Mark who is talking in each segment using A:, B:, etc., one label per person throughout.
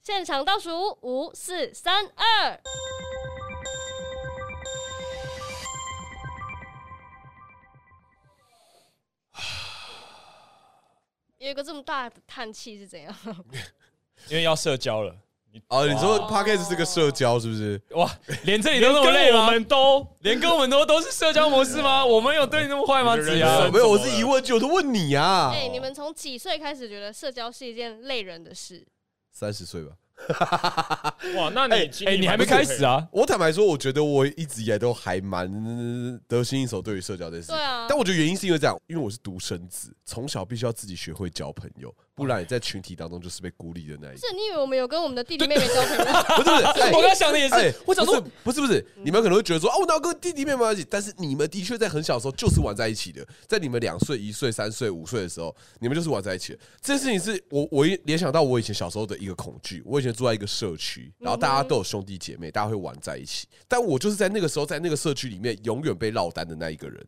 A: 现场倒数五、四、三、二。 有一个这么大的叹气是怎样？
B: 因为要社交 了。
C: 哦，你说 podcast 是个社交是不是？
D: 哇，连这里都那么累
B: 我
D: 吗？
B: 们都
D: 连跟我们都都是社交模式 吗？我们有对你那么坏吗？
B: 你的人
D: 子
B: 生
D: 牙
B: 怎么
C: 没有，我是
B: 了
C: 疑问句，我是问你啊。
A: 哎、你们从几岁开始觉得社交是一件累人的事？
C: 三十岁吧。
B: 哇，那你经历
D: 哎，你还没
B: 蛮多
D: 开
B: 的
D: 始？啊？
C: 我坦白说，我觉得我一直以来都还蛮嗯得心应手对于社交这件事。
A: 对啊
C: 但我觉得原因是因为这样，因为我是独生子，从小必须要自己学会交朋友，不然你在群体当中就是被孤立的那一个。
A: 是你以为我们有跟我们的弟弟妹妹交朋 友？
C: 不是不是， 哎
D: 我刚想的也
C: 哎
D: 是，我想
C: 不是
D: 说，
C: 不是不是，你们可能会觉得说，哦，我哪有跟弟弟妹妹玩在一起？但是你们的确在很小的时候就是玩在一起的，在你们两岁、一岁、三岁、五岁的时候，你们就是玩在一起的。这件事情是我我一联想到我以前小时候的一个恐惧。我以前住在一个社区，然后大家都有兄弟姐妹，大家会玩在一起，但我就是在那个时候，在那个社区里面永远被落单的那一个人。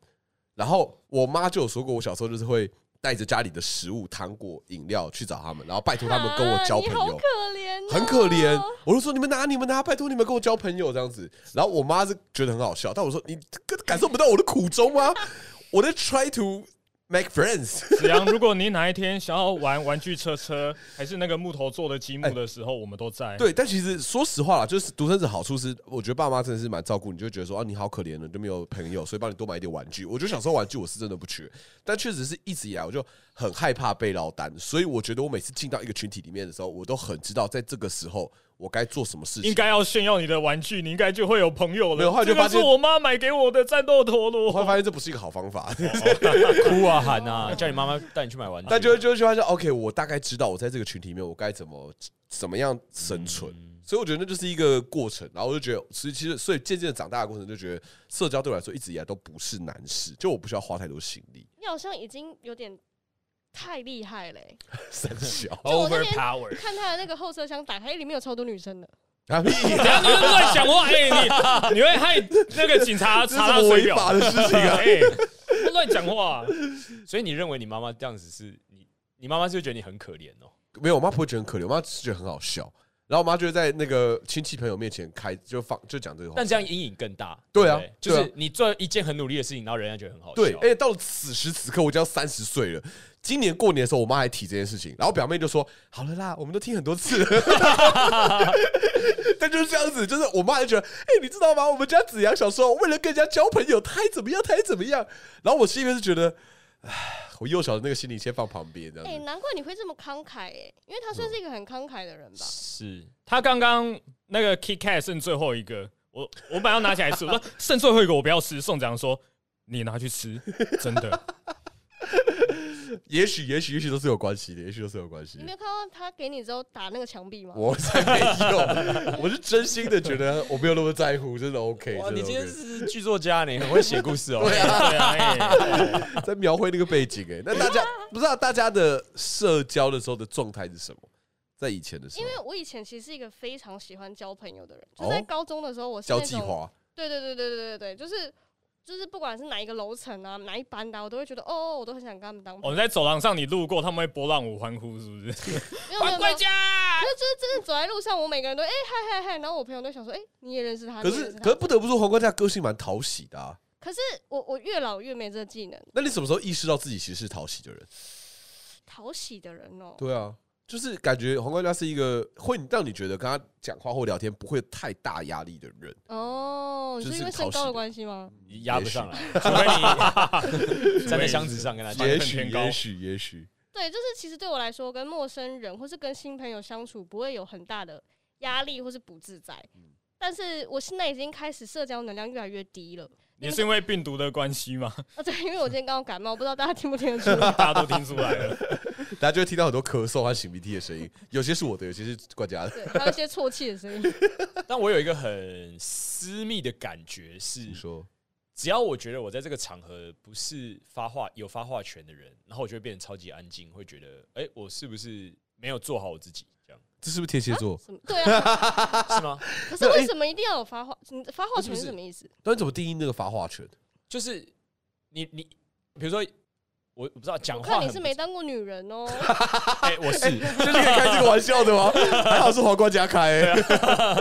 C: 然后我妈就有说过，我小时候就是会。带着家里的食物、糖果、饮料去找他们，然后拜托他们跟我交朋
A: 啊你
C: 友
A: 好。可怜、哦，
C: 很可怜。我就说你们拿，你们拿，拜托你们跟我交朋友这样子。然后我妈是觉得很好笑，但我说你感感受不到我的苦衷吗？我在 try to make friends。
B: 子阳，如果你哪一天想要玩 玩具车车，还是那个木头做的积木的时候，我们都在。
C: 对，但其实说实话啦，就是独生子好处是，我觉得爸妈真的是蛮照顾你，就会觉得说啊，你好可怜了，你都没有朋友，所以帮你多买一点玩具。我觉得小时候玩具我是真的不缺，但确实是一直以来我就很害怕被落单，所以我觉得我每次进到一个群体里面的时候，我都很知道在这个时候我该做什么事情
B: 应。该要炫耀你的玩具，你应该就会有朋友了。
C: 没有后来就
B: 这个
C: 发现
B: 是我妈买给我的战斗陀螺。
C: 我会发现这不是一个好方法。
D: 哭啊喊啊，叫你妈妈带你去买玩具。
C: 但就会就会发现，OK，我大概知道我在这个群体里面我该怎么怎么样生存，所以我觉得那就是一个过程。然后我就觉得，其实其实所以渐渐的长大的过程，就觉得社交对我来说一直以来都不是难事，就我不需要花太多心力。
A: 你好像已经有点太厉害嘞、
C: 三小
A: 就我那边
D: Overpower，
A: 看他的那个后车厢打开，里面有超多女生的。
C: 啊 屁！
D: 等下你会乱想话，哎，你你会害那个警察
C: 这
D: 查
C: 是什
D: 他
C: 么
D: 水
C: 违
D: 表
C: 法。的事情 啊？
D: 哎，乱讲话。所以你认为你妈妈这样子是你，你妈妈就觉得你很可怜哦。
C: 没有，我妈不会觉得很可怜，我妈只是觉得很好笑。然后我妈就会在那个亲戚朋友面前开就放就讲这个话，
D: 但这样阴影更大。
C: 对啊
D: 不就
C: 对啊
D: 是你做一件很努力的事情，然后人家觉得很好笑。
C: 对，而且到了此时此刻，我已经要三十岁了。今年过年的时候，我妈还提这件事情，然后表妹就说：“好了啦，我们都听很多次了。” 但就是这样子，就是我妈就觉得：“哎、你知道吗？我们家子阳小时候为了跟人家交朋友，他还怎么样，他还怎么样。”然后我心里面是觉得：“唉，我幼小的那个心灵先放旁边，这
A: 哎、
C: 样子。
A: 难怪你会这么慷慨哎、因为他算是一个很慷慨的人吧。
D: 是他刚刚那个 Kit Kat 剩最后一个，我我本来要拿起来吃，我说剩最后一个我不要吃。宋长说你拿去吃，真的。
C: 也许，也许，也许都是有关系的，也许都是有关系
A: 你。哎没有看到他给你之后打那个墙壁吗？
C: 我才没有， 我是真心的觉得我没有那么在乎，真的 OK
D: 哇，
C: 真的
D: 你
C: OK。
D: 今天是剧作家呢，很会写故事哦。
B: 对啊，哎
C: 在描绘那个背景哎、那大 家不知道大家的社交的时候的状态是什么？在以前的时
A: 因
C: 候，
A: 为我以前其实是一个非常喜欢交朋友的人，
C: 哦
A: 就在高中的时候，我是
C: 交
A: 那
C: 际
A: 种，
C: 花，
A: 对对对对对对对，就是就是不管是哪一个楼层啊，哪一班的啊、我都会觉得哦，我都很想跟他们当
B: 我
A: 朋
B: 们
A: 友。
B: 在走廊上，你路过，他们会波浪舞欢呼，是不是？
A: 没有没有没
D: 归
A: 有，
D: 家。
A: 可是就是真的走在路上，我每个人都哎、嗨嗨嗨，然后我朋友都想说哎、你也认识他，
C: 可
A: 你也
C: 是
A: 认识他
C: 可是不得不说，黄瓜酱个性蛮讨喜的、啊。
A: 可是我我越老越没这技能，
C: 那你什么时候意识到自己其实是讨喜的人？
A: 讨喜的人哦、
C: 对啊，就是感觉黄瓜酱是一个会让你觉得跟他讲话或聊天不会太大压力的人。
A: 哦，你
C: 就是
A: 是因为
C: 讨
A: 身
C: 喜
A: 高
C: 的
A: 的关系吗？
D: 你压不上来，除 非你站在箱子上跟他讲。
C: 也
B: 蛮
C: 许
B: 偏高
C: 也许也许，
A: 对，就是其实对我来说，跟陌生人或是跟新朋友相处，不会有很大的压力或是不自在。
D: 嗯
A: 但是我现在已经开始社交能量越来越低了。
B: 你是因为病毒的关系吗？。
A: 啊，对，因为我今天刚好感冒，不知道大家听不听得出来
B: 大家都听出来了。
C: 大家就会听到很多咳嗽和擤鼻涕的声音，有些是我的，有些是管家的。
A: 对，还有一些啜泣的声音。
D: 但我有一个很私密的感觉是
C: 你，说
D: 只要我觉得我在这个场合不是发话有发话权的人，然后我就会变得超级安静，会觉得哎、我是不是没有做好我自己？这样
C: 这是不是天蝎座？
A: 什么？对啊，
D: 是吗？
A: 可是为什么一定要有发话？你的发话权是什么意思？
C: 那你怎么定义那个发话权？
D: 就是你你比如说我不知道讲
A: 我
D: 话
A: 看
D: 很
A: 你
D: 不
A: 是没当过女人 哦、
D: 哎、我是
C: 这是可以开这个玩笑的 吗？还好是皇冠加开、欸，
D: 啊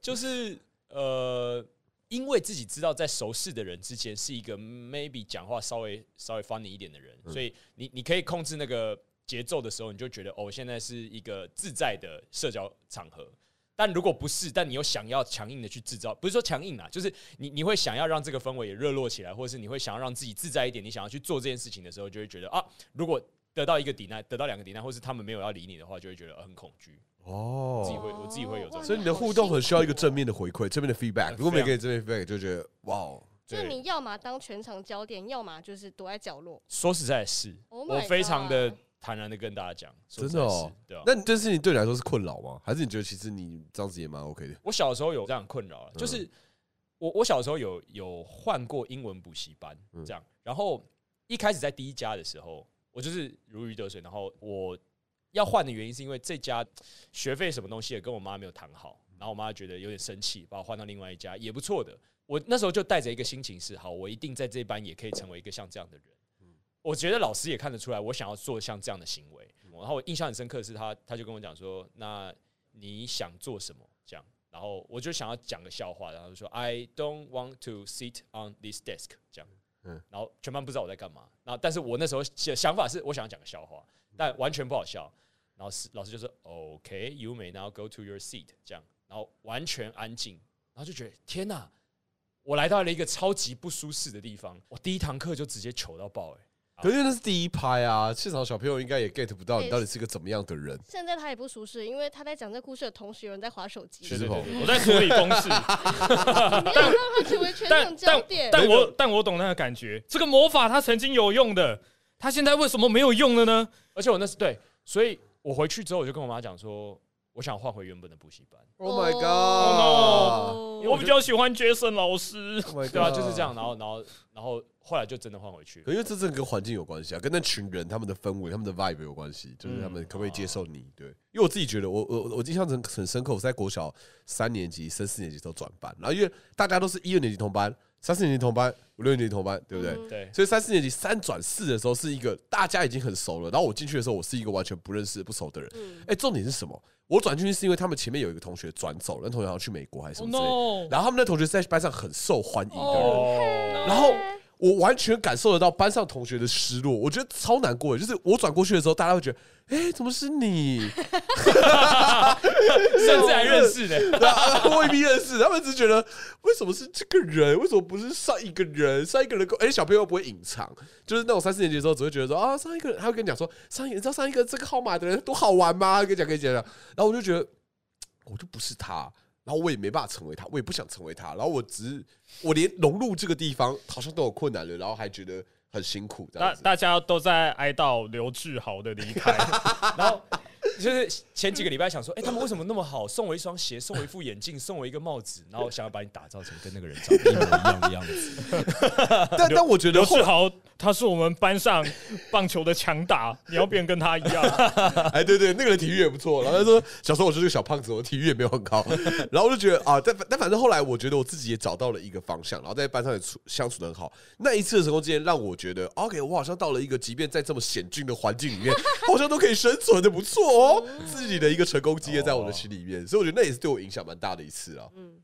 D: 就是呃，因为自己知道在熟识的人之间是一个 maybe 讲话稍微稍微 funny 一点的人，所以你你可以控制那个节奏的时候，你就觉得哦，现在是一个自在的社交场合。但如果不是，但你又想要强硬的去制造，不是说强硬啊，就是你你会想要让这个氛围也热络起来，或者是你会想要让自己自在一点，你想要去做这件事情的时候，就会觉得啊，如果得到一个抵赖，得到两个抵赖，或是他们没有要理你的话，就会觉得呃很恐惧。自己
C: 哦，
D: 会我自己会有这种
A: 哇
C: 所以你的互动很需要一个正 面的回馈，正面的 feedback。如果没
D: 非常
C: 给你正面 feedback，就觉得哇哦，
A: 就
D: 对
A: 你要么当全场焦点，要么就是躲在角落。
D: 说实在是，
A: Oh
D: 我
A: my
D: 非常的
A: God
D: 坦然的跟大家讲，说
C: 真
D: 实
C: 的
D: 在
C: 哦
D: 是，对啊。
C: 那这事情对你来说是困扰吗？还是你觉得其实你这样子也蛮 OK 的？
D: 我小时候有这样困扰啊，就是我我小时候有有换过英文补习班
C: 嗯
D: 这样，然后一开始在第一家的时候，我就是如鱼得水，然后我要换的原因是因为这家学费什么东西也跟我妈没有谈好，然后我妈觉得有点生气，把我换到另外一家也不错的。我那时候就带着一个心情是，好，我一定在这班也可以成为一个像这样的人。我觉得老师也看得出来，我想要做像这样的行为。然后我印象很深刻的是他，他就跟我讲说：“那你想做什么？”这样，然后我就想要讲个笑话，然后就说 “I don't want to sit on this desk”，这样，
C: 嗯
D: 嗯，然后全班不知道我在干嘛。然后，但是我那时候想想法是我想要讲个笑话，但完全不好笑。然后是老师就说 “OK，you、may now go to your seat”，这样，然后完全安静，然后就觉得天哪，我来到了一个超级不舒适的地方。我第一堂课就直接糗到爆、欸，
C: 可是那是第一拍啊，现场小朋友应该也 get 不到你到底是个怎么样的人。
A: 现在他也不舒适，因为他在讲这故事的同时，有人在划手机。
C: 徐
A: 你
C: 志鹏，
B: 我在处理公事，
A: 没有让他成为全
B: 但
A: 场焦
B: 但
A: 点。
B: 但我但我懂那个感觉。这个魔法它曾经有用的，它现在为什么没有用了呢？
D: 而且我那时对，所以我回去之后我就跟我妈讲说，我想换回原本的补习班，
C: Oh my god！
B: Oh
A: 哦
B: 我比较喜欢 Jason 老师。
C: Oh my god
D: 对啊，就是这。样，然后然后然后后来就真的换回去
C: 可。因为这真的跟环境有关系啊，跟那群人他们的氛围、他们的 vibe 有关系，就是他们
A: 嗯
C: 可不可以接受你？对，因为我自己觉得我，我我印象很很深刻，我在国小三年级升四年级的时候转班，然后因为大家都是一二年级同班、三四年级同班、五六年级同班，对不对？
A: 嗯
D: 对，
C: 所以三四年级三转四的时候是一个大家已经很熟了，然后我进去的时候我是一个完全不认识不熟的人。
A: 嗯
C: 哎、重点是什么？我转进去是因为他们前面有一个同学转走了，那同学好像去美国还是什
B: Oh
C: 么之
A: 哦
C: 类的
B: no！
C: 然后他们那同学在班上很受欢迎的人。
D: 哦，
C: 然后我完全感受得到班上同学的失落，我觉得超难过的。就是我转过去的时候，大家会觉得，哎、怎么是你？
D: 甚至还认识呢。
C: 然后未必认识，他们只是觉得为什么是这个人，为什么不是上一个人？上一个人跟，哎、小朋友不会隐藏，就是那种三四年级的时候，只会觉得说啊，上一个人，他会跟你讲说，上一个你知道上一个这个号码的人多好玩吗？跟你讲，跟你讲，然后我就觉得，嘖我就不是他。然后我也没办法成为他，我也不想成为他。然后我只是，我连融入这个地方好像都有困难了，然后还觉得很辛苦这
B: 大
C: 样子。
B: 大家都在哀悼刘志豪的离 开，
D: 然后就是前几个礼拜想说，哎，他们为什么那么好？送我一双鞋，送我一副眼镜，送我一个帽子，然后想要把你打造成跟那个人长得一模一样的 样子。
C: 但但我觉得
B: 刘
C: 后
B: 志豪他是我们班上棒球的强打，你要变跟他一 样。
C: 哎，对对，那个人体育也不错。然后他说，小时候我就是个小胖子，我体育也没有很高。 然后我就觉得啊，但但反正后来我觉得我自己也找到了一个方向，然后在班上也处相处的很好。那一次的成功经验让我觉得，OK，我好像到了一个即便在这么险峻的环境里面，好像都可以生存的不错哦。自己的一个成功经验在我的心里面，所以我觉得那也是对我影响蛮大的一次啊。
A: 嗯，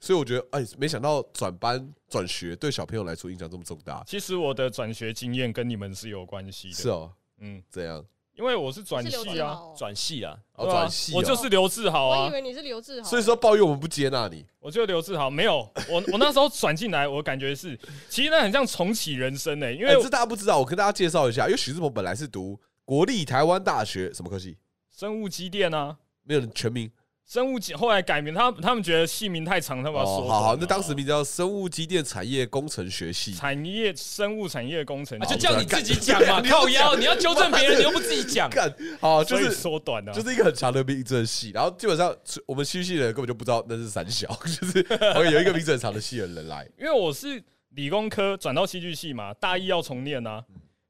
C: 所以我觉得，哎，没想到转班转学对小朋友来说影响这么重大。
B: 其实我的转学经验跟你们是有关系的。
C: 是哦，
B: 嗯，
C: 怎样？
B: 因为我是转
A: 是刘
B: 系
A: 志
B: 啊，
A: 豪哦，
D: 转系啦，
C: 哦，
B: 对啊
C: 转系、哦，
B: 我就是刘志豪
A: 我以
B: 啊，
A: 为你是刘志豪，
C: 所以说抱怨我们不接纳你。
B: 我就刘志豪。没有，我我那时候转进来，我感觉是，其实那很像重启人生呢、因
C: 哎、
B: 为
C: 这大家不知道，我跟大家介绍一下，因为许志鹏本来是读国立台湾大学什么科系？
B: 生物机电啊，
C: 没有人全名
B: 生物机后来改名，他他们觉得系名太长，他们把它缩短了、
C: 哦好好，那当时名字叫生物机电产业工程学系。
B: 产业生物产业工程
D: 啊
B: 系，
D: 就叫你自己讲嘛，
C: 哦 你要
D: 靠腰，
C: 讲
D: 你要纠正别人，你又不自己讲。
C: 干，好，就
B: 所以
C: 是
B: 缩短了、
C: 就是一个很长的名字的系，然后基本上我们戏系的人根本就不知道那是三小， 就是好像有一个名字很长的系的人来。
B: 因为我是理工科转到戏剧系嘛，大一要重念啊，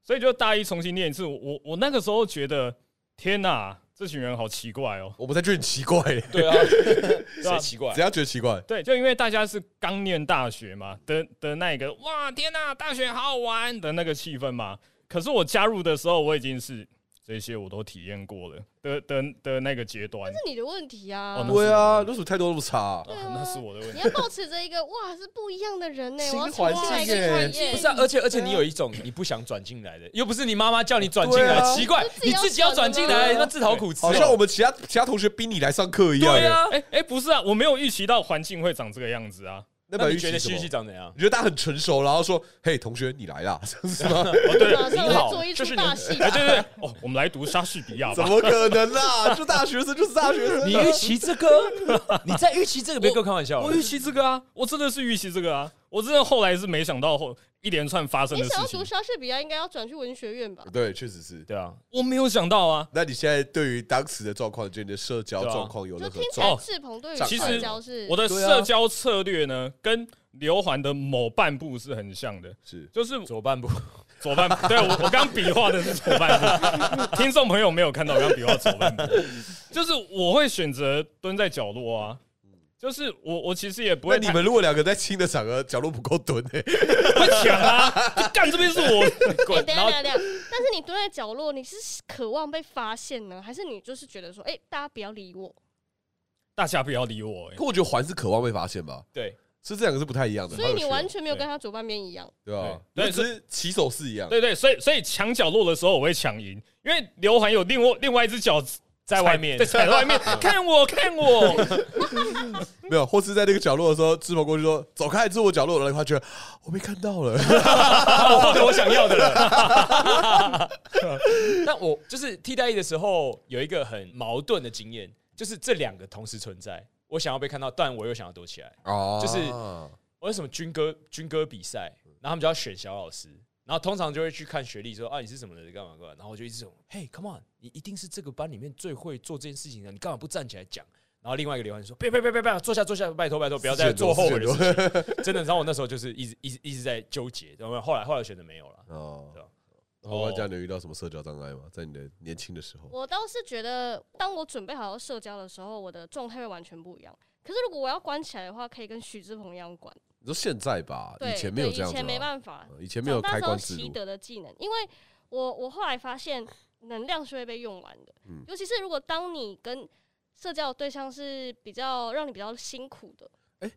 B: 所以就大一重新念一次。我我我那个时候觉得，天哪、这群人好奇怪哦、
C: 我们才觉得很奇怪、
D: 对啊，谁
B: 啊
D: 奇怪
C: 怎？样觉得奇怪？
B: 对，就因为大家是刚念大学嘛的的那一个，哇，天哪、大学好好玩的那个气氛嘛。可是我加入的时候，我已经是这些我都体验过了的的的那个阶段、
A: 是你的问题啊。
B: 哦那
C: 对啊，为什么态度那么差啊？
A: 对啊
B: 啊，那是我的问题
A: 你。要保持着一个哇是不一样的人呢、
C: 新
A: 我要重新来一个
C: 环
A: 环
C: 境
A: 境，
D: 不是啊，而且而且你有一种你不想转进来的，又不是你妈妈叫你转进
C: 对
D: 来，
C: 啊
D: 奇怪
A: 就自，己
D: 你
A: 要
D: 自己要转进来，
A: 转的啊
D: 那自讨苦吃哦。
C: 好像我们其他其他同学逼你来上课一样。
D: 对，啊，
B: 哎哎，不是啊，我没有预期到环境会长这个样子啊。
C: 那
D: 那
C: 本
D: 你
C: 玉
D: 觉得戏
C: 戏
D: 剧系？长怎样？
C: 你觉得他很成熟，然后说：“嘿，同学，你来啦，这样子吗？
D: 哦，对
A: 马上
D: 您
A: 来
D: 好
A: 做一，出
D: 就是您
A: 大。戏。
B: 哎，对对，对哦，我们来读莎士比亚
C: 怎
B: 吧。
C: 么可能啦？ 就大学生就是大学生。啊
D: 你预期这 个，你在预期这个，别跟我开玩笑了
B: 我。预期这个啊，我真的是预期这个啊，我真的后来是没想到后一连串发生
A: 你
B: 的
A: 想
B: 事
A: 要读
B: 情，
A: 莎士比亚，应该要转去文学院吧？
C: 对，确实是。
D: 对啊，
B: 我没有想到啊。
C: 那你现在对于当时的状况，就你的社交
D: 对啊
C: 状况有
A: 就
C: 任何
A: 听起
C: 状？
A: 来
B: 哦
A: 志鹏对于
C: 长
B: 其
A: 社
B: 实
A: 交是
B: 我的
C: 对啊
B: 社交策略呢，跟刘环的某半部是很像的，
C: 是
B: 就是
D: 左半部，
B: 左半部。对我我刚比划的是左半部， 听众朋友没有看到我刚比划左半部，就是我会选择蹲在角落啊，就是我我其实也不
C: 那
B: 会
C: 你
B: 太
C: 们如果两个在亲的场合，角落不够哎蹲诶、
B: 会抢啊，就干这边是我的
A: 哎、
B: 滚，
A: 等一
B: 然
A: 下
B: 后
A: 等一下等一下，但是你蹲在角落，你是渴望被发现呢，还是你就是觉得说，哎、大家不要理我？
B: 大家不要理我、欸
C: 可，我觉得环是渴望被发现 吧，
D: 对，
C: 是这两个是不太一样的。
A: 所以你完全没有
B: 对
A: 跟他左半边一样。
C: 对吧？
B: 对
C: 那只是起手式一样。
B: 对对，所以所以抢角落的时候我会抢赢，因为刘环有另外另外一只脚
D: 在外面
B: 对，踩在外面，看我看我，
C: 没有，或是在那个角落的时候，志鹏过去说：“走开，这是我角落。”然后他 觉得我被看到了，
D: 我获 得我想要的 了。但我就是替代役的时候，有一个很矛盾的经验，就是这两个同时存在。我想要被看到，但我又想要躲起来。
C: 哦
D: 就是我有什么军歌军歌比赛，
C: 嗯
D: 然后他们就要选小老师，然后通常就会去看学历说啊你是什么人，干嘛干嘛，然后我就一直说，嘿，come on，你一定是这个班里面最会做这件事情的，你干嘛不站起来讲？然后另外一个刘汉说：“别别别别别，坐下坐下，拜托拜托，不要再做后悔的事情。 真的，然后我那时候就是一直一直一直在纠结，然后后来后来选择没有了。
C: 哦
D: 对啊。
C: 我讲你有遇到什么社交障碍吗？在你的年轻的时候，
A: 我倒是觉得，当我准备好要社交的时候，我的状态会完全不一样。可是如果我要关起来的话，可以跟许志鹏一样关。
C: 你说现在吧，
A: 对，
C: 啊以前没有
A: 对
C: 这样
A: 以
C: 子
A: 前没
C: 吗，
A: 办法，
C: 嗯以前没有
A: 长大
C: 开
A: 之后
C: 关制
A: 习
C: 度，
A: 得的技能，因为我我后来发现能量是会被用完的，
C: 嗯
A: 尤其是如果当你跟社交的对象是比较让你比较辛苦的，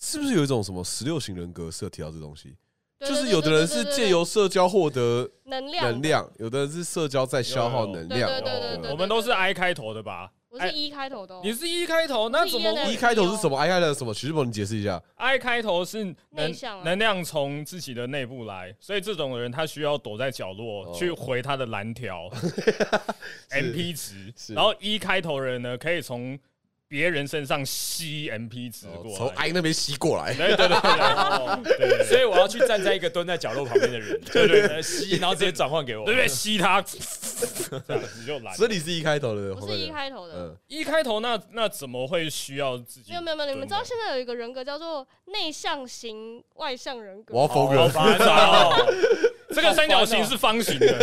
C: 是不是有一种什么十六型人格社提到这东西？
A: 对
C: 就是
A: 对
C: 有的
A: 对
C: 人
A: 对
C: 是
A: 对对
C: 借由社交获得
A: 能量的
C: 能，量，有的人是社交在消耗能量
A: 对。对对对
C: 哦
A: 对
B: 我们都是 I 开头的吧？
A: 我
B: 哎
A: 是一开头的、哦，
B: 你是一开头，那怎么
A: 我是
B: 会
C: 一开头是什么？I 开头是什么？徐志鹏，你解释一下。
B: I 开头是能
A: 内向啊
B: 能量从自己的内部来，所以这种人他需要躲在角落
C: 哦
B: 去回他的蓝条 MP 值
C: 是，
B: 然后 E 开头人呢可以从别人身上吸 MP 值
C: 哦
B: 过
C: 从
B: 来。
C: I 那边吸过来，
B: 对对对对对对对
D: 所以我要去站在一个蹲在角落旁边 的人，对对对，吸，然后直接转换给我。
B: 对对，吸他，嗯 这样你就来。
C: 所以你是一开头的，
A: 我是一开头的。哦
C: 嗯，
B: 一开头那那怎么会需要自己
A: 没有？没有没有，你们知道
B: 对
A: 现在有一个人格叫做内向型外向人格
C: 我要
A: 吗，
C: 疯
D: 好
C: 了。
D: 烦 哦！
B: 啊这个三角形是方形 的，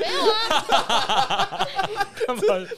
A: 没有啊，
B: 干嘛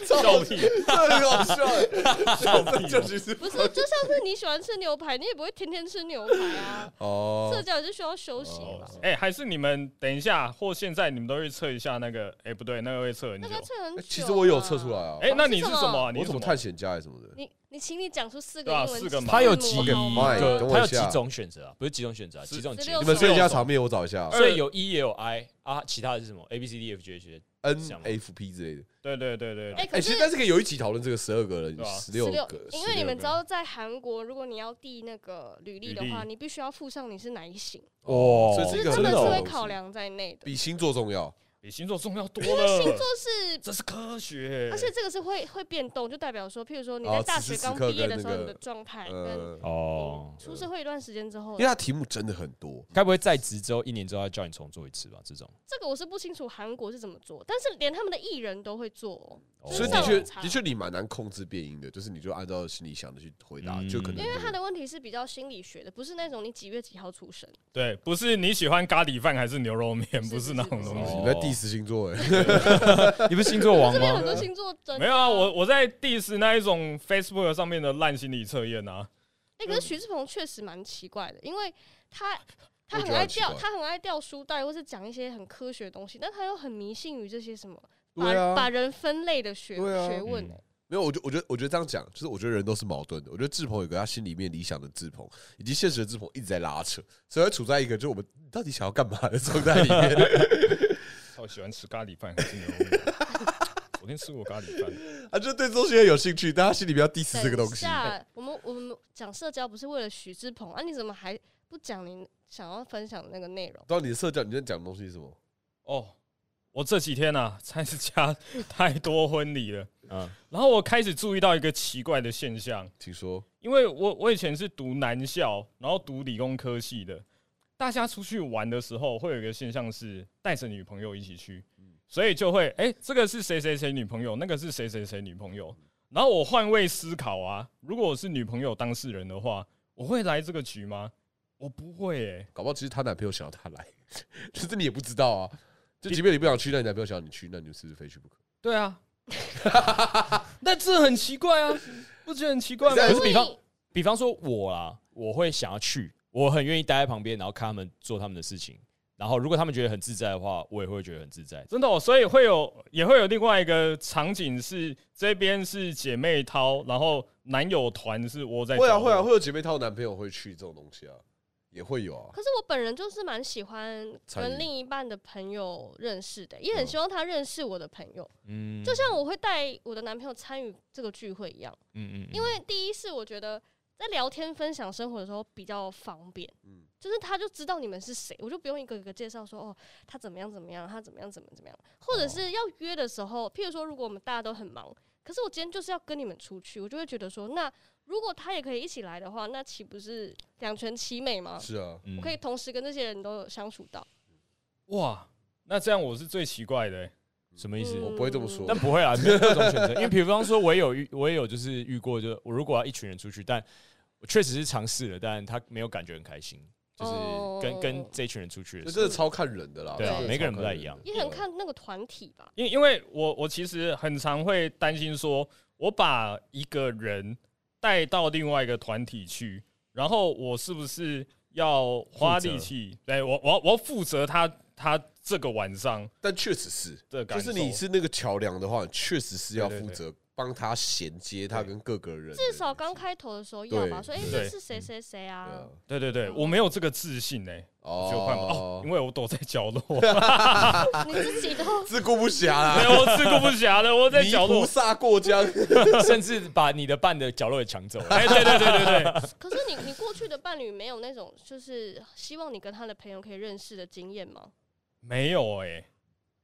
B: 笑屁？
C: 这很好笑欸， 这这就是
A: 不是，就像是你喜欢吃牛排，你也不会天天吃牛排啊，社
C: 哦，
A: 交也是需要休息嘛。
B: 哎、还是你们等一下或现在你们都去测一下那个？哎、不对，那个会测很久
A: 那。个测很久、
C: 欸
A: 啊
C: 其实我有测出来。啊，
B: 哎、那你是
A: 是
B: 什
A: 什么
B: 么啊？你
C: 我
B: 是
C: 什么探险家还是什么的，
A: 你你请你讲出四个
B: 对啊
A: 英文
B: 四个嘛
A: 字母
B: 它
D: 有
A: 好
D: 几
C: 个
A: 吗
C: mind，
D: 个
C: 等我
D: 它有
C: 一
D: 几
C: 下
D: 种选择啊，不是几种选择啊，
B: 是
D: 几种
A: 十
D: 选
A: 六
D: 择
C: 你。们设一下场面，我找一下啊
D: 所以有 E 也有 I 啊，其他的是什么？A B C D E F G H
C: N F P 之类的。
B: 对对对对，
A: 哎，可
C: 哎，其
A: 是
C: 实但是可以有一起讨论这个十二个人
B: 对，啊
C: 十六
A: 16
C: 个，
A: 因为你们
C: 16个
A: 知道，在韩国，如果你要递那个履历的话，
B: 履历
A: 你必须要附上你是哪一型，
C: 哦，
D: 哦
C: 所
A: 就
C: 以这
A: 是他
C: 个很
A: 们是
D: 真的哦
A: 会
C: 好
A: 考量在内的。
C: 比星座重要。
B: 比星座重要多
A: 因为星座
B: 了，
A: 是，
B: 这是科学。
A: 而且这个是会会变动，就代表说，譬如说你在
C: 哦
A: 大
C: 此时
A: 学
C: 此
A: 刚
C: 刻
A: 毕业
C: 跟
A: 的
C: 那
A: 时候，你
C: 个
A: 的状态跟
C: 嗯，
D: 哦
A: 你，出社会一段时间之后
C: 因为，它题目真的很多，
D: 该不会在职之后一年之后要叫你重做一次吧？这种，
A: 这个我是不清楚韩国是怎么做，但是连他们的艺人都会做哦。
D: 哦
C: 所以
A: 上
C: 的
A: 网
C: 确
A: 查
C: 的确你蛮难控制变音的，就是你就按照心里想的去回答，
D: 嗯
C: 就可能
A: 因为他的问题是比较心理学的，不是那种你几月几号出生。
B: 对，不是你喜欢咖喱饭还是牛肉面，
A: 是
B: 不是那种
A: 是
B: 东西。
D: 哦
C: 你在第十星座哎，
D: 你不是星座王
A: 这边有很
D: 吗？
A: 多星座专
B: 没有啊，我我在 diss 那一种 Facebook 上面的烂心理测验啊，
A: 哎、可是徐志鹏确实蛮奇怪的，因为他他
C: 我觉
A: 很
C: 得
A: 爱
C: 很奇
A: 掉，
C: 怪
A: 他很爱掉书袋，或是讲一些很科学的东西，但他又很迷信于这些什么把、
C: 对啊，
A: 把人分类的学、
C: 对啊
A: 学问、欸
D: 嗯
C: 没有，我觉我觉得我觉得这样讲，就是我觉得人都是矛盾的。我觉得志鹏有个他心里面理想的志鹏，以及现实的志鹏一直在拉扯，所以他处在一个就是我们到底想要干嘛的状态里 面。
B: 超哦喜欢吃咖喱饭还是牛肉面？ 昨天吃过咖喱饭，
C: 他就对这东西很有兴趣，但他心里面要 diss 这个
A: 等
C: 东
A: 一
C: 西。
A: 下，我们我们讲社交不是为了许志鹏啊？你怎么还不讲你想要分享的那个内容？
C: 到底你的社交，你在讲的东西是什么？
B: 哦，我这几天啊，参加 太多婚礼了，
D: 嗯，
B: 然后我开始注意到一个奇怪的现象，
C: 请说。
B: 因为我我以前是读男校，然后读理工科系的，大家出去玩的时候会有一个现象是带着女朋友一起去，所以就会哎、诶这个是谁谁谁女朋友，那个是谁谁谁女朋友。然后我换位思考啊，如果我是女朋友当事人的话，我会来这个局吗？我不会诶、
C: 搞不好其实她男朋友想要她来， 只是你也不知道啊。就即便你不想去，那你男朋友想要你去，那你就是非去不可。
B: 对 啊，那这很奇怪啊，不觉得很奇怪吗？
D: 可
A: 因
D: 是
A: 为
D: 比方比方说我啦，我会想要去，我很愿意待在旁边，然后看他们做他们的事情。然后如果他们觉得很自在的话，我也会觉得很自在。
B: 真的、哦，所以会有也会有另外一个场景是这边是姐妹掏，然后男友团是窝在
C: 会啊
B: 角落
C: 会啊，会有姐妹套男朋友会去这种东西啊，也会有啊。
A: 可是我本人就是蛮喜欢
C: 参与
A: 跟另一半的朋友认识的，也很
C: 嗯
A: 希望他认识我的朋友，
D: 嗯，
A: 就像我会带我的男朋友参与这个聚会一样。
D: 嗯嗯，
A: 因为第一是我觉得在聊天分享生活的时候比较方便，
C: 嗯
A: 就是他就知道你们是谁，我就不用一个一个介绍说哦，他怎么样怎么样，他怎么样怎么怎么样，或
C: 哦
A: 者是要约的时候，譬如说如果我们大家都很忙，可是我今天就是要跟你们出去，我就会觉得说，那如果他也可以一起来的话，那岂不是两全其美吗？
C: 是啊，
D: 嗯
A: 我可以同时跟这些人都有相处到，
B: 哇，那这样我是最奇怪的欸、
D: 什么意思？
A: 嗯
C: 我不会这么说
D: 但。不会啊啦，没有各种选择。因为比方说，我也有遇，我也有就是遇过，就我如果要一群人出去，但我确实是尝试了，但他没有感觉很开心，就是
A: 哦
D: 跟跟这群人出去
C: 这
D: 的时
C: 真
D: 候
C: 的超看人的啦。
D: 对
A: 啊
C: 真的
D: 每个人
C: 超
D: 不
C: 看
D: 太
C: 的
D: 一样
A: 也很。看那个团体吧。
B: 因因为我我其实很常会担心说，我把一个人带到另外一个团体去，然后我是不是要花力气？对我我要我要负责他他这个晚上
C: 但确实是，
B: 的感
C: 就
B: 受，
C: 是你是那个桥梁的话，确实是要
B: 对对
C: 负
B: 对
C: 责帮他衔接他跟各个人。
A: 至少刚开头的时候要吧，
C: 对嗯
A: 说哎、
C: 对
A: 这是谁谁谁
C: 对
A: 啊
C: 啊，
B: 对对对，我没有这个自信哎、
C: 哦
B: 就换吧哦，因为我躲在角 落，
C: 啊
A: 你自己都
C: 自顾不暇啦，
B: 对我自顾不暇的，我在
C: 泥
B: 角
C: 菩
B: 落。
C: 萨过江。
D: 甚至把你的伴的角落也 抢走了。
B: 哎，对对对对对，
A: 可是你你过去的伴侣没有那种就是希望你跟他的朋友可以认识的经验吗？
B: 没有哎、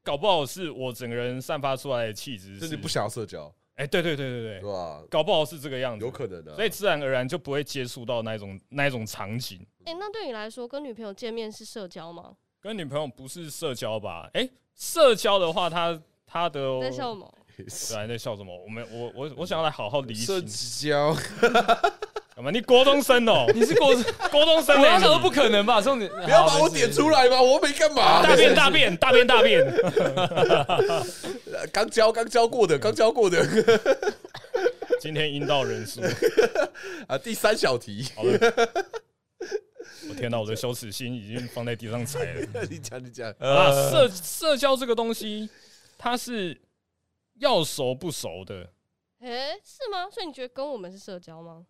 B: 搞不好是我整个人散发出来的气质，
C: 就是你不想要社交，
B: 哎，对对对对
C: 对
B: 对，
C: 吧？
B: 搞不好是这个样子，
C: 有可能啊的。
B: 嗯所以自然而然就不会接触到那种那种场景。
A: 诶，哎那对你来说，跟女朋友见面是社交吗？
B: 跟女朋友不是社交吧？哎，社交的话，她她的哦
A: 你
C: 哦
A: 在笑吗？
B: 对啊，你在笑什么？我们我我我想要来好好理
C: 社
B: 清，
C: 交，
B: 干嘛？你国中生哦，
D: 你是国，
B: 国中生
D: 我
B: 哎
D: 那时，候不可能吧？重点不
C: 不要把我点出。来嘛，我没干嘛。
B: 大便大便大便大便，
C: 刚教刚教过的，刚教过的
B: 今天阴道人数。
C: 啊。第三小题，
B: 好 了，我天哪，我的羞耻心已经放在地上踩 了。
C: 你讲你讲，
B: 啊，社社交这个东西，它是要熟不熟的，
A: 诶，是吗？所以你觉得跟我们是社交吗？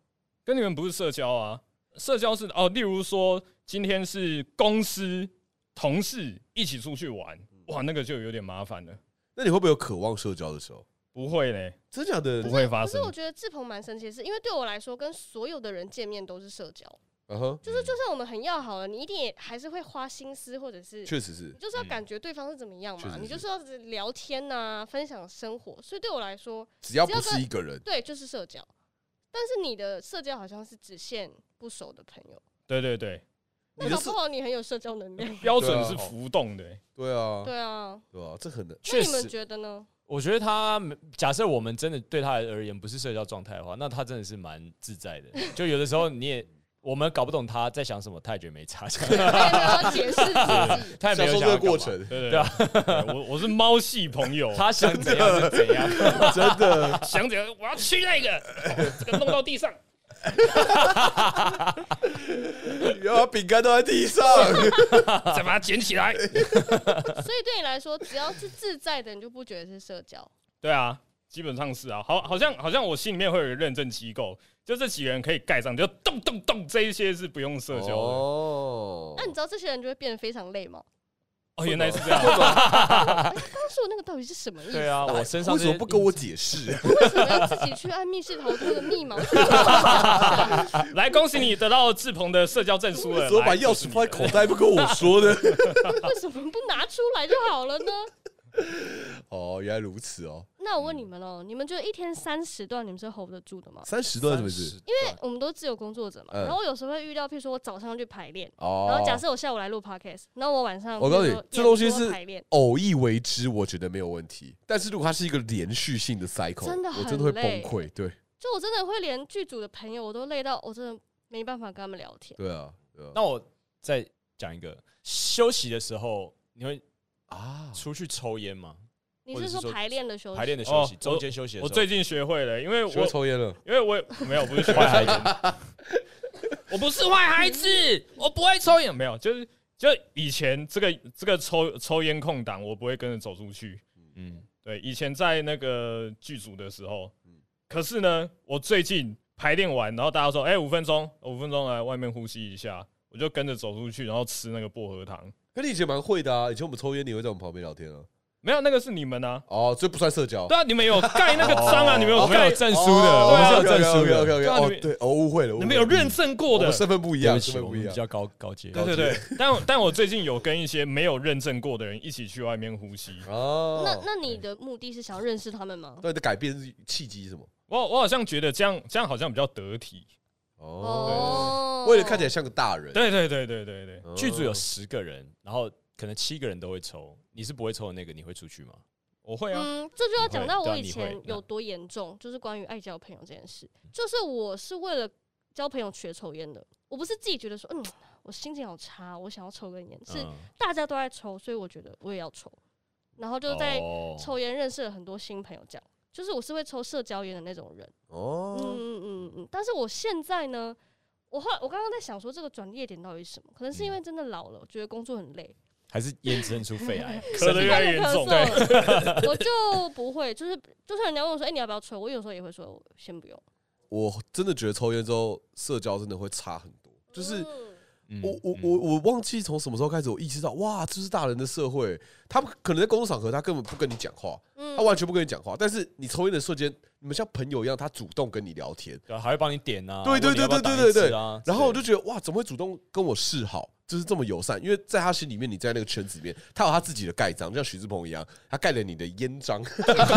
B: 跟你们不是社交啊。社交是哦，例如说今天是公司同事一起出去玩，哇，那个就有点麻烦了。
C: 那你会不会有渴望社交的时候？
B: 不会嘞，
C: 真假的
B: 不？会发
A: 可是
B: 生
A: 我。觉得志鹏蛮神奇的是，因为对我来说，跟所有的人见面都是社交，
C: 嗯哼，
A: 就是就算我们很要好了，你一定也还是会花心思，或者是
C: 确实是
A: 你。就是要感觉对方是怎么样
C: 嗯确
A: 嘛，
C: 实
A: 你
C: 是
A: 就是要聊天呐、分享生活。所以对我来说，
C: 只要
A: 只要
C: 不是
A: 跟
C: 一个人，
A: 对，就是社交。但是你的社交好像是只限不熟的朋友，
B: 对对对，
C: 你
A: 那
C: 的
A: 搞
C: 是
A: 不好你很有社交能 量。
B: 标准是浮动的、
C: 对啊，
A: 对啊，
C: 对啊，这很难。
A: 那
D: 确
A: 你们
D: 实，
A: 觉得 呢？
D: 我觉得他没假设我们真的对他而言不是社交状态的话，那他真的是蛮自在 的。就有的时候你也我们搞不懂他在想什么，他也觉得没 差，
A: 你有没有要解释自己？
D: 他也
C: 享
D: 没有
C: 受这
D: 想要
C: 个
D: 干嘛
C: 过，程，
B: 对啊
D: 对
B: 对对，我我是猫系朋 友，
D: 他想怎样就怎样。
C: 真的
B: 想起来我要吃那个，哦这个弄到地上，
C: 然后饼干都在地上，
B: 再把它捡起来。
A: 所以对你来说，只要是自在的，你就不觉得是社交。
C: 哦
B: 对啊，基本上是啊，好，好像好像我心里面会有一个认证机构，就这几个人可以盖上，就咚咚咚，这一些是不用社交的。哦，
C: 哦
A: 那你知道这些人就会变得非常累吗？
B: 哦原来是这 样，
A: 刚刚说的那个到底是什么意思？
D: 对啊，我身上
C: 为什么
D: 这些
C: 不跟我解释？
A: 为什么要自己去按密室逃脱的密码？我觉得这个很像
B: 来恭喜你得到志鹏的社交证书
C: 为
B: 了。
C: 什么把
B: 来
C: 钥匙放在？
B: 就是
C: 口袋不跟我说呢？
A: 为什么不拿出来就好了呢？
C: 哦，原来如此哦。
A: 那我问你们哦，你们觉得一天三十段你们是 hold 得住的吗？
C: 三十
D: 啊
C: 段是不是？
D: 因为
A: 我们都自由工作者嘛，
C: 嗯
A: 然后有时候会遇到，譬如说我早上去排练，
C: 哦，
A: 然后假设我下午来录 podcast，然后我晚上
C: 我告诉
A: 譬
C: 你
A: 如说
C: 这东西
A: 演出
C: 是
A: 排练，
C: 偶一为之，我觉得没有问题。但是如果它是一个连续性的 cycle，
A: 真的
C: 我
A: 很
C: 真的会崩
A: 累
C: 溃。对
A: 就我真的会连剧组的朋友我都累到，我真的没办法跟他们聊天。
C: 对啊，对啊
D: 那我再讲一个，休息的时候你会
C: 啊，
D: 出去抽烟吗？
A: 你
D: 或者
A: 是
D: 是
A: 说
D: 说
A: 排练的休息？
D: 排练的休息，
B: 哦
D: 中间休息的时
B: 我
D: 候，
B: 最近学会了，因为我
C: 学会抽烟了。
B: 因为我也没有不是学
D: 坏
B: 坏孩
D: 孩子
B: 子， 我不是坏孩子， 我不会抽烟，没有，就是就以前这个这个抽抽烟空档，我不会跟着走出去。
D: 嗯，
B: 对，以前在那个剧组的时候
C: 嗯，
B: 可是呢，我最近排练完，然后大家说，哎、五分钟，五分钟来外面呼吸一下，我就跟着走出去，然后吃那个薄荷糖。
C: 可你以前蛮会的啊，以前我们抽烟，你会在我们旁边聊天啊。
B: 没有，那个是你们啊，
C: 哦，这不算社交。
B: 对啊，你们有盖那个章啊，你们有
D: 我们
B: 盖
D: 哦
B: 哦
D: 有，证书的，我们
C: 哦
D: 是有证书的
C: OK
B: 对
C: OK，
D: 对
B: 啊
C: 哦
B: 你，们
C: 对，哦，误会了，
B: 你们有
C: 误会了
B: 认证过
C: 我
B: 的
C: 们。身份不一
D: 不
C: 样，
D: 起
C: 身份
D: 我
C: 不一
D: 们
C: 样
D: 比。较高高阶。
B: 对对对， 但但我最近有跟一些没有认证过的人一起去外面呼吸。
C: 哦，
A: 那那你的目的是想要认识他们吗？
C: 对你的改变是契机是什么？
B: 我我好像觉得这样这样好像比较得体。
C: 哦，为了看起来像个大人。
B: 对对对对对对，
C: 哦
D: 剧组有十个人，然后可能七个人都会抽，你是不会抽的那个，你会出去吗？
B: 我会啊。
A: 嗯，这就要讲到
D: 你会
A: 我
D: 对啊
A: 以
D: 你
A: 前
D: 会
A: 有多严重，就是关于爱交朋友这件事。就是我是为了交朋友学抽烟的，我不是自己觉得说，嗯，我心情好差，我想要抽根烟，是
D: 嗯
A: 大家都在抽，所以我觉得我也要抽，然后就在
D: 哦
A: 抽烟认识了很多新朋友，这样。就是我是会抽社交烟的那种人，嗯
C: 哦，
A: 嗯嗯嗯。但是我现在呢，我后来我刚刚在想说这个转捩点到底是什么？可能
D: 嗯
A: 是因为真的老了，我觉得工作很累，
D: 还是烟蒸出 肺癌，
B: 咳得越来
A: 开
B: 越
A: 始
B: 严
A: 咳
B: 重，
A: 嗽， 我就不会，就是就算人家问我说，哎、你要不要抽？我有时候也会说，我先不用。
C: 我真的觉得抽烟之后社交真的会差很多，就是。
A: 嗯
D: 嗯
C: 我我我我忘记从什么时候开始，我意识到哇，这是大人的社会。他们可能在工作场合，他根本不跟你讲话，
A: 嗯
C: 他完全不跟你讲话。但是你抽烟的瞬间，你们像朋友一样，他主动跟你聊天。
D: 对啊，还会帮你点啊，
C: 对对
D: 问你要不要
C: 对对
D: 打
C: 对
D: 一支啊之类的
C: 然后我就觉得哇，怎么会主动跟我示好？就是这么友善，因为在他心里面，你在那个圈子里面，他有他自己的盖章，就像徐志鹏一样，他盖了你的烟章。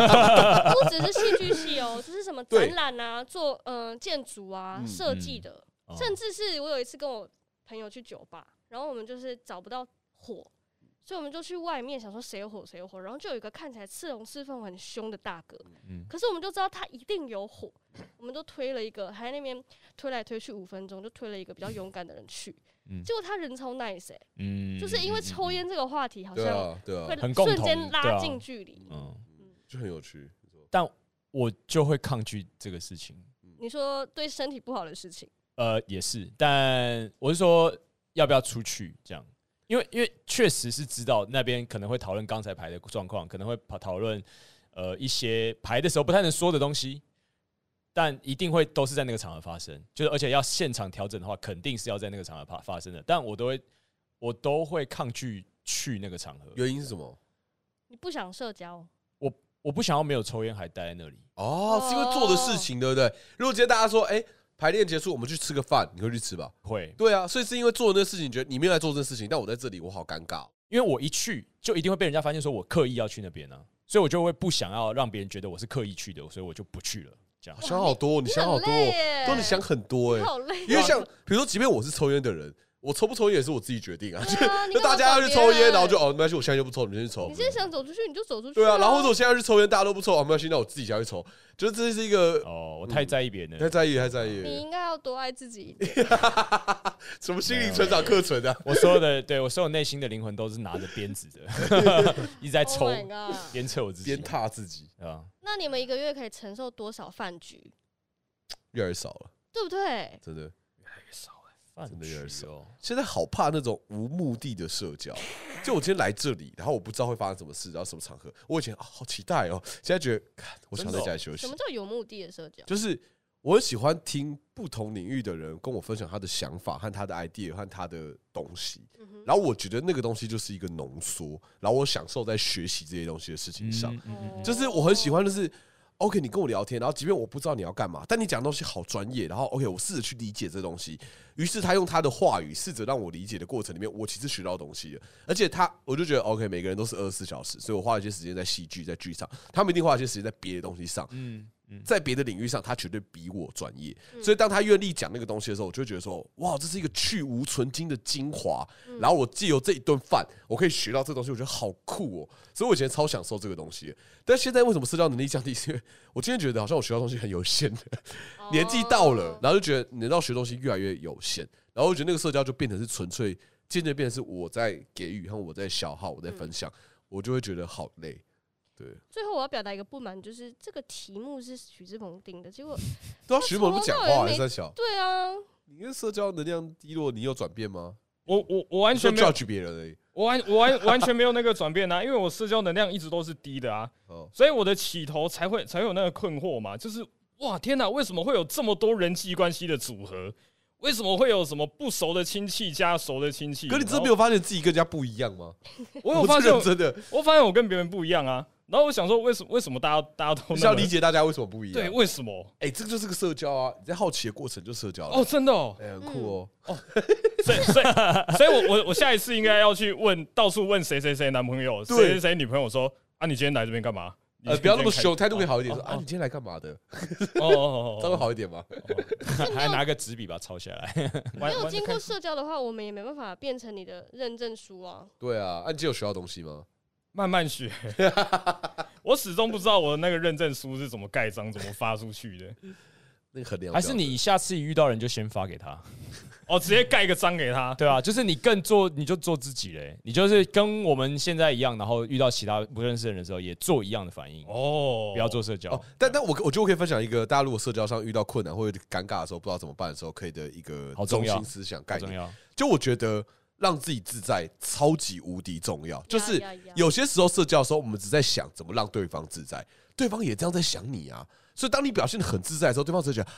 A: 不只是戏剧系哦，就是什么
C: 对
A: 展览啊，做呃建筑啊
C: 嗯、
A: 设计的，
D: 哦
A: 甚至是我有一次跟我朋友去酒吧，然后我们就是找不到火。所以我们就去外面想说谁有火谁有火，然后就有一个看起来刺龙刺凤很凶的大哥，
D: 嗯
A: 可是我们就知道他一定有火，我们就推了一个，还在那边推来推去五分钟，就推了一个比较勇敢的人去。
D: 嗯
A: 结果他人超 nice，、欸
D: 嗯
A: 就是因为抽烟这个话题好
C: 对
A: 像
C: 啊，对啊
A: 会，
D: 很共
A: 瞬
D: 同
A: 间
D: 对
A: 拉
D: 啊
A: 近距离。
D: 嗯嗯，
C: 就很有趣。
D: 我就会抗拒这个事情。
A: 你说对身体不好的事情，
D: 呃，也是，但我是说要不要出去这样，因为因为确实是知道那边可能会讨论刚才排的状况，可能会讨讨论呃一些排的时候不太能说的东西，但一定会都是在那个场合发生，就是而且要现场调整的话，肯定是要在那个场合发发生的，但我都会我都会抗拒去那个场合，
C: 原因是什么？
A: 你不想社交，
D: 我不想要没有抽烟还待在那里，
C: 哦，是因为做的事情，对不对？如果今天大家说，哎、排练结束，我们去吃个饭，你会去吃吧？
D: 会，
C: 对啊，所以是因为做的那事情，你觉得你没有在做这事情，但我在这里，我好尴尬。
D: 因为我一去就一定会被人家发现说我刻意要去那边啊，所以我就会不想要让别人觉得我是刻意去的，所以我就不去了。这样
C: 我想好多，你想好
A: 很
C: 多，
A: 累耶，
C: 都你想很多哎、
A: 你好累哦，
C: 因为像比如说，即便我是抽烟的人，我抽不抽烟也是我自己决定啊。
A: 对啊
C: 就大家要去抽烟，然后。
A: 你干嘛管别
C: 就
A: 人
C: 哦，没关系，我现在就不抽，你们先去抽
A: 你。现在想走出去你就走出去、
C: 对啊，然后或者我现在要去抽烟，大家都不抽，啊，没关系，那我自己下去抽。就是这是一个
D: 哦，我
C: 嗯
D: 太在意别人
C: 太
D: 了。
C: 在意，太在
A: 你
C: 意，
A: 应该要多爱自己 一点。
C: 什么心灵成长课程啊？
D: 我所有的对我所有内心的灵魂都是拿着鞭子的， 一直在
A: Oh
D: 抽
A: my god！
D: 鞭策我自己
C: 鞭。挞自己
D: 对啊，
A: 那你们一个月可以承受多少饭局？
C: 越来越少了。
A: 对不对？
C: 真的。
D: 真
C: 的有点少
D: 哦。
C: 现在好怕那种无目的的社交。就我今天来这里，然后我不知道会发生什么事，然后什么场合，我以前、啊、好期待哦，现在觉得，看我想在家里休息
A: 什么。叫有目的的社交？
C: 就是我很喜欢听不同领域的人跟我分享他的想法和他的 idea 和他的东西，
A: 嗯哼
C: 然后我觉得那个东西就是一个浓缩，然后我享受在学习这些东西的事情上。
A: 嗯
C: 就是我很喜欢，就是 OK，你跟我聊天，然后即便我不知道你要干嘛，但你讲的东西好专业，然后 OK，我试着去理解这东西。于是他用他的话语，试着让我理解的过程里面，我其实学到东西了。而且他，我就觉得 OK，每个人都是二十四小时，所以我花了一些时间在戏剧、在剧上，他们一定花了一些时间在别的东西上。
D: 嗯嗯，
C: 在别的领域上，他绝对比我专业，所以当他愿意讲那个东西的时候，我就会觉得说，哇，这是一个去无存精的精华。然后我借由这一顿饭，我可以学到这东西，我觉得好酷哦、所以我以前超享受这个东西的，但现在为什么社交能力降低？是因为我今天觉得好像我学到东西很有限的，
A: 哦
C: 年纪到了，然后就觉得能让学东西越来越有限，然后我觉得那个社交就变成是纯粹，渐渐变成是我在给予和我在消耗，我在分享，我就会觉得好累。对，
A: 最后我要表达一个不满，就是这个题目是许志鹏定的，结果
C: 对啊，徐某不讲话还是在小。
A: 对啊，
C: 你跟社交能量低落，你有转变吗？
B: 我我我完
C: 你就
B: 全没有，
C: judge 别人而已。
B: 我完我完完全没有那个转变啊，因为我社交能量一直都是低的啊，
C: 哦，
B: 所以我的起头才会才会有那个困惑嘛，就是哇天哪，为什么会有这么多人际关系的组合？为什么会有什么不熟的亲戚加熟的亲戚？
C: 可你真的
B: 然
C: 没
B: 后
C: 有发现自己跟人家不一样吗？
B: 我啊有发现
C: 是
B: 我，
C: 认真的，
B: 我发现我跟别人不一样啊。然后我想说，为什么为什么大家大家都
C: 你
B: 那
C: 想
B: 么
C: 理解啊大家为什么不一
B: 对？
C: 样。，
B: 为什么？
C: 哎，这个就是个社交啊！你在好奇的过程就社交
B: 哦，
C: 了，
B: 真的哦。
C: 哎，很酷哦。
B: 所以所以所以我我我下一次应该要去问到处问谁谁谁男朋友，
C: 对
B: 谁谁谁女朋友说啊，你今天来这边干嘛？你
C: 呃，不要那么凶，
B: 今
C: 态度会
B: 天开
C: 好一点。
B: 哦
C: 说啊，
B: 哦
C: 你今天来干嘛的？
B: 哦哦哦哦，
C: 稍微好一点吧。
D: 还拿个纸笔把它抄下来。
B: 玩，
A: 没
B: 没
A: 有经过社交的话，我们也没办法变成你的认证书啊。
C: 对啊，啊，你今天有学到东西吗？
B: 慢慢 学。我始终不知道我的那个认证书是怎么盖章、怎么发出去的。
C: 那个衡量
D: 还是你下次一遇到人就先发给他？
B: 哦，直接盖一个章给他。
D: 对啊，就是你更做，你就做自己嘞。你就是跟我们现在一样，然后遇到其他不认识的人的时候，也做一样的反应，
B: 哦，
D: 不要做社交。
C: 哦，但但我我觉得我可以分享一个，大家如果社交上遇到困难或者尴尬的时候，不知道怎么办的时候，可以的一个
D: 好
C: 中
D: 重要
C: 心思想概
D: 好
C: 念
D: 重。要，
C: 就我觉得让自己自在超级无敌重要，就是
A: 呀呀呀
C: 有些时候社交的时候，我们只在想怎么让对方自在，对方也这样在想你啊。所以当你表现的很自在的时候，对方只会觉得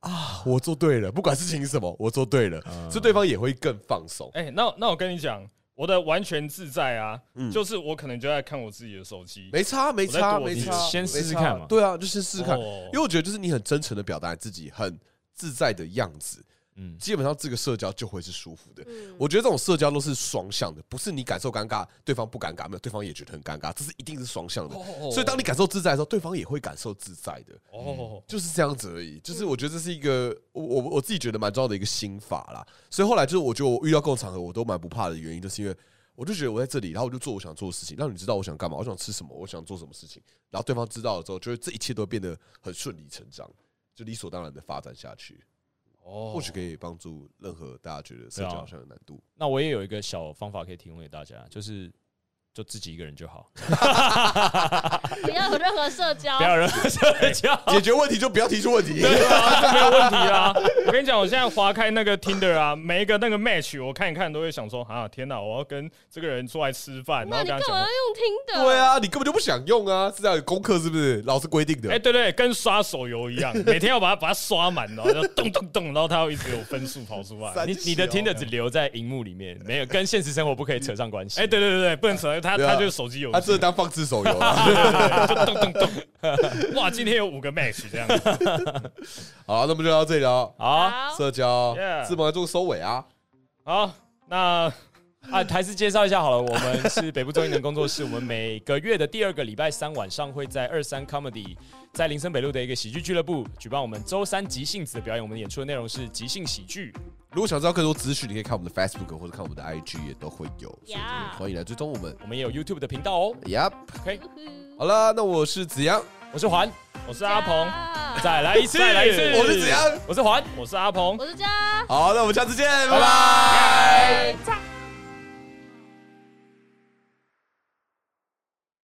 C: 啊，我做对了，不管事情是什么，我做对了，所以对方也会更放松。
B: 哎、那那我跟你讲，我的完全自在啊，
C: 嗯
B: 就是我可能就在看我自己的手机。
C: 没差，没差，
B: 我在躲
C: 没
B: 避
C: 差，
D: 你先
C: 没
D: 试试
C: 差
D: 看嘛
C: 对啊，就先试试看，
B: 哦
C: 因为我觉得就是你很真诚的表达自己很自在的样子，
D: 嗯，
C: 基本上这个社交就会是舒服的。
A: 嗯，
C: 我觉得这种社交都是双向的，不是你感受尴尬，对方不尴尬，没有，对方也觉得很尴尬，这是一定是双向的。所以当你感受自在的时候，对方也会感受自在的，
B: 哦，
C: 就是这样子而已。
B: 嗯
C: 就是我觉得这是一个我我我自己觉得蛮重要的一个心法啦。所以后来就是我觉得我遇到各种场合我都蛮不怕的原因，就是因为我就觉得我在这里，然后我就做我想做的事情，让你知道我想干嘛，我想吃什么，我想做什么事情，然后对方知道了之后，就是这一切都会变得很顺理成章，就理所当然的发展下去。
B: 哦
C: 或许可以帮助任何大家觉得社交好像有难度。
D: 那我也有一个小方法可以提供给大家，就是就自己一个人 就好，
A: 不要有任何社交
C: 啊
D: 不，要惹社交。
C: 解决问题就不要提出问题。
B: 对啊， 这没有问题啊。我跟你讲，我现在划开那个 Tinder 啊，每一个那个 match 我看一看，都会想说啊，天哪，我要跟这个人出来吃饭，然
A: 那
B: 后
A: 你
B: 跟
A: 干
B: 他讲
A: 嘛要
B: 话。
A: 用听的？
C: 对，啊，你根本就不想用啊，是这样有功课是不是？老师规定的。
B: 哎、对对，跟刷手游一 样，每天要把它把它刷满，然后就咚咚咚，然后它要一直有分数跑出来。
C: 三
D: 你你的
C: 小
D: 听的只留在荧幕里面，没有跟现实生活不可以扯上关系。
B: 哎、对对对对，不能扯，它
C: 对啊
B: 它就是手机游戏，
C: 他这当放置手游啊。
B: 对 对对，就咚咚咚。哇，今天有五个 match 这样子。
C: 好，那么就到这里了。
D: 好
C: 社交
B: Yeah
C: 自忙做收尾啊。
B: 好，那
D: 啊，还是介绍一下好了，我们是北部中艺能工作室，我们每个月的第二个礼拜三晚上会在二三 Comedy，在林森北路的一个喜剧俱乐部举办我们周三即兴子的表演，我们演出的内容是即兴喜剧。
C: 如果想知道更多资讯，你可以看我们的 Facebook 或者看我们的 IG 也都会有，所以
A: Yeah
C: 欢迎来追踪我们。
D: 我们也有 YouTube 的频道哦。
C: Yep，
A: 嗯
C: 好啦，那我是子阳，
D: 我是环，
B: 我是阿鹏，
A: 啊
D: 再来一次，
B: 再来一次
C: 我是子阳。
D: 我是环。
B: 我是阿鹏，
A: 我是佳，
C: 好，那我们下次见，拜拜。
A: 拜。